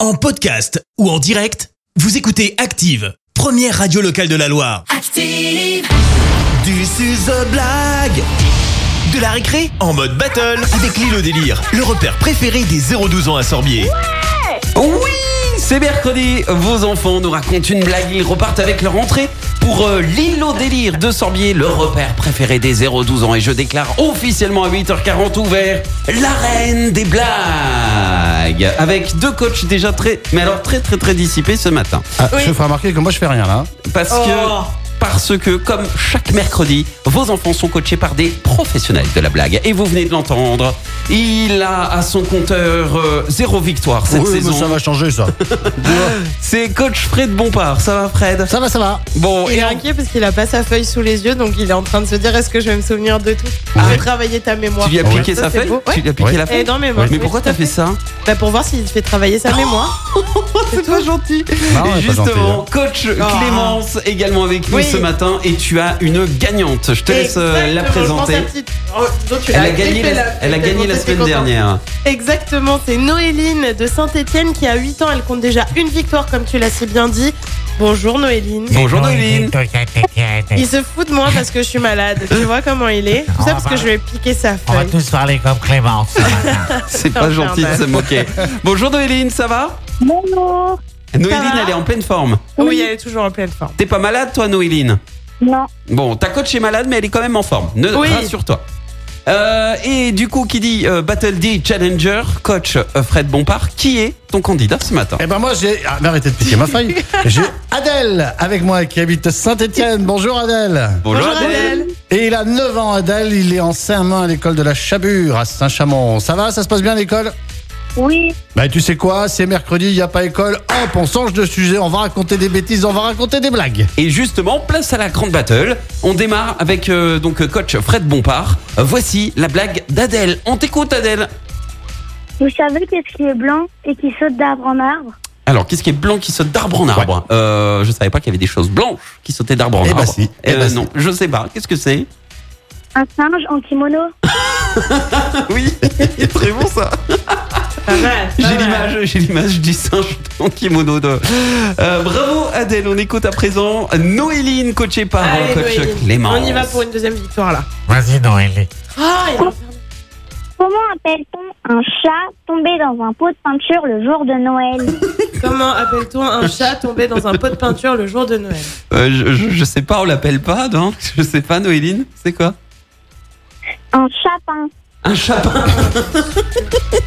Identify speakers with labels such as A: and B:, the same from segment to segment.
A: En podcast ou en direct, vous écoutez Active, première radio locale de la Loire.
B: Active,
A: Du suzo blague De la récré en mode battle avec Lilo Délire, le repère préféré des 0-12 ans à Sorbier.
C: Oui, c'est mercredi. Vos enfants nous racontent une blague. Ils repartent avec leur entrée pour euh, l'île au délire de Sorbier, le repère préféré des 0-12 ans. Et je déclare officiellement à 8h40 ouvert l'arène des blagues. Avec deux coachs déjà très, mais alors très très très dissipés ce matin.
D: Ah, Je vous fais remarquer que moi je fais rien là. hein.
C: Parce
D: Oh.
C: que. Parce que, comme chaque mercredi, vos enfants sont coachés par des professionnels de la blague. Et vous venez de l'entendre, il a à son compteur euh, zéro victoire cette
D: Oui, mais
C: saison.
D: ça va changer ça.
C: C'est coach Fred Bompard. Ça va, Fred
D: ça va, ça va.
C: Bon,
E: Il
C: et
E: est
C: en-
E: inquiet parce qu'il a pas sa feuille sous les yeux, donc il est en train de se dire est-ce que je vais me souvenir de tout J'ai travaillé ta mémoire.
C: Ah tu lui as
D: Ouais.
C: piqué
E: Ça,
C: sa
E: c'est
C: feuille
E: beau. Ouais.
C: Tu lui as piqué
D: Ouais.
C: la
E: Eh,
C: feuille
E: dans mémoire.
C: Mais
E: oui,
C: pourquoi
E: tout à
C: t'as fait ça Oh,
E: Bah, Pour voir s'il fait travailler sa mémoire.
C: C'est pas gentil. hein.
D: Non, elle
C: Et
D: est
C: Ah
D: pas hein.
C: justement, coach
E: Ah.
C: Clémence également avec nous
E: Oui.
C: ce matin et tu as une gagnante. Je te laisse euh, la
E: Exactement, je pense à
C: présenter.
E: petite- Oh, donc tu
C: Elle
E: l'as
C: a gagné
E: griffé,
C: la,
E: là.
C: elle a gagné la
E: Tellement
C: semaine
E: t'étais contente.
C: dernière.
E: Exactement, c'est Noéline de Saint-Etienne qui a 8 ans. Elle compte déjà une victoire, comme tu l'as si bien dit. Bonjour Noéline.
C: Bonjour Noéline.
E: Il se fout de moi parce que je suis malade. Tu vois comment il est Tout ça parce que je lui ai piqué sa
F: Oh, bah. On va
E: feuille.
F: tous parler comme Clément.
C: C'est pas
E: Infernal.
C: gentil de se moquer. Bonjour Noéline, ça va
G: Bonjour.
C: Noéline,
E: va
C: elle est en pleine forme.
E: Oui, elle est toujours en pleine forme.
C: T'es pas malade toi Noéline
G: Non,
C: Bon, ta coach est malade, mais elle est quand même en forme. Ne
E: Oui.
C: rassure-toi. Euh, et du coup, qui dit euh, Battle Day Challenger, coach euh, Fred Bompard, qui est ton candidat ce matin
D: Eh ben moi j'ai. Ah, mais arrêtez de piquer ma feuille. J'ai Adèle avec moi qui habite Saint-Etienne. Bonjour Adèle.
C: Oh
E: Bonjour Adèle.
D: Et il a 9 ans Adèle, il est en CM1 à l'école de la Chabure à Saint-Chamond. Ça va, ça se passe bien à l'école
G: oui,
D: Bah tu sais quoi, c'est mercredi, il n'y a pas école. Hop, on change de sujet, on va raconter des bêtises, on va raconter des blagues.
C: Et justement, place à la grande battle. On démarre avec euh, donc coach Fred Bompard. Euh, voici la blague d'Adèle. On t'écoute Adèle.
G: vous savez qu'est-ce qui est blanc et qui saute d'arbre en arbre
C: Alors, qu'est-ce qui est blanc qui saute d'arbre en arbre euh, Je savais pas qu'il y avait des choses blanches qui sautaient d'arbre en
D: Eh bah
C: arbre.
D: si, eh
C: Euh,
D: bah si.
C: non, je sais pas. Qu'est-ce que c'est
G: Un singe en kimono
C: Oui, très bon ça.
E: Pas mal. pas
C: J'ai
E: mal.
C: l'image, j'ai l'image du singe en kimono. De... Euh, bravo Adèle, on écoute à présent Noéline, coachée par
E: Allez,
C: euh, coach
E: Noéline,
C: Clément.
E: On y va pour une deuxième victoire là.
F: Vas-y, Noélie.
E: Ah, il a-
G: Comment appelle-t-on un chat tombé dans un pot de peinture le jour de Noël
E: Comment appelle-t-on un chat tombé dans un pot de peinture le jour de Noël
C: Euh, je, je- je sais pas, on l'appelle pas, non Je sais pas, Noéline, c'est quoi
G: Un chapin.
C: Un chapin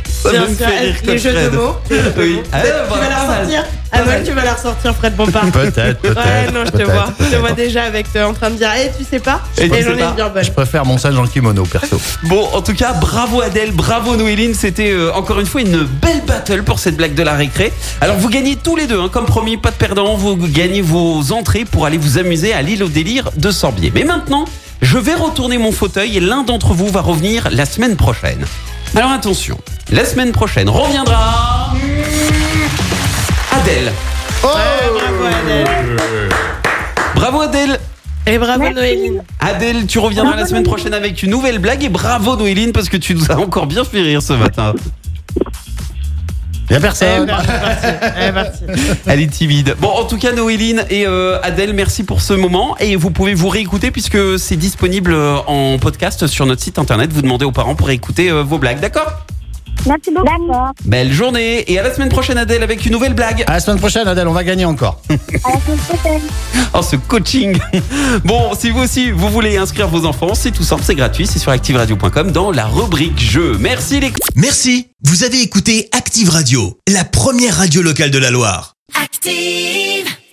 C: Ça me fait rire
E: les
C: comme
E: jeux
C: Fred.
E: de mots. les jeux de
C: Oui.
E: mots.
C: Ah,
E: Peut-être que tu
C: voilà,
E: vas la
C: pas mal.
E: ressortir. Ah, Noël, tu vas la ressortir, Fred Bompard.
D: Peut-être, peut-être.
E: Ouais, non, je te
D: peut-être.
E: vois. Je te vois déjà avec euh, en train de dire, eh, tu sais pas
C: Eh,
E: Et
C: tu sais
E: j'en ai oh, bah,
C: pas.
E: une bien bonne.
D: Je préfère mon singe en kimono perso.
C: Bon, en tout cas, bravo Adèle, bravo Noéline. C'était euh, encore une fois une belle battle pour cette blague de la récré. Alors, vous gagnez tous les deux, hein, comme promis, pas de perdant. Vous gagnez vos entrées pour aller vous amuser à l'île au délire de Sorbier. Mais maintenant, je vais retourner mon fauteuil et l'un d'entre vous va revenir la semaine prochaine. Alors, attention, la semaine prochaine reviendra. Adèle.
D: Oh
E: Bravo, Adèle.
C: Bravo Adèle.
E: Et bravo, Noéline.
C: Adèle, tu reviendras la semaine prochaine avec une nouvelle blague et bravo Noéline parce que tu nous as encore bien fait rire ce matin.
D: Y a
E: Eh
D: personne.
E: ben, c'est parti. Eh, parti.
C: Elle est timide. Bon, en tout cas, Noéline et euh, Adèle, merci pour ce moment. Et vous pouvez vous réécouter puisque c'est disponible euh, en podcast sur notre site internet. Vous demandez aux parents pour écouter euh, vos blagues, d'accord
G: Merci beaucoup. D'accord.
C: Belle journée et à la semaine prochaine, Adèle, avec une nouvelle blague.
D: À la semaine prochaine, Adèle, on va gagner encore.
G: À la semaine prochaine.
C: Oh, ce coaching Bon, si vous aussi, vous voulez inscrire vos enfants, c'est tout simple, c'est gratuit, c'est sur activeradio.com dans la rubrique jeu. Merci les
A: Merci, vous avez écouté Active Radio, la première radio locale de la Loire.
B: active.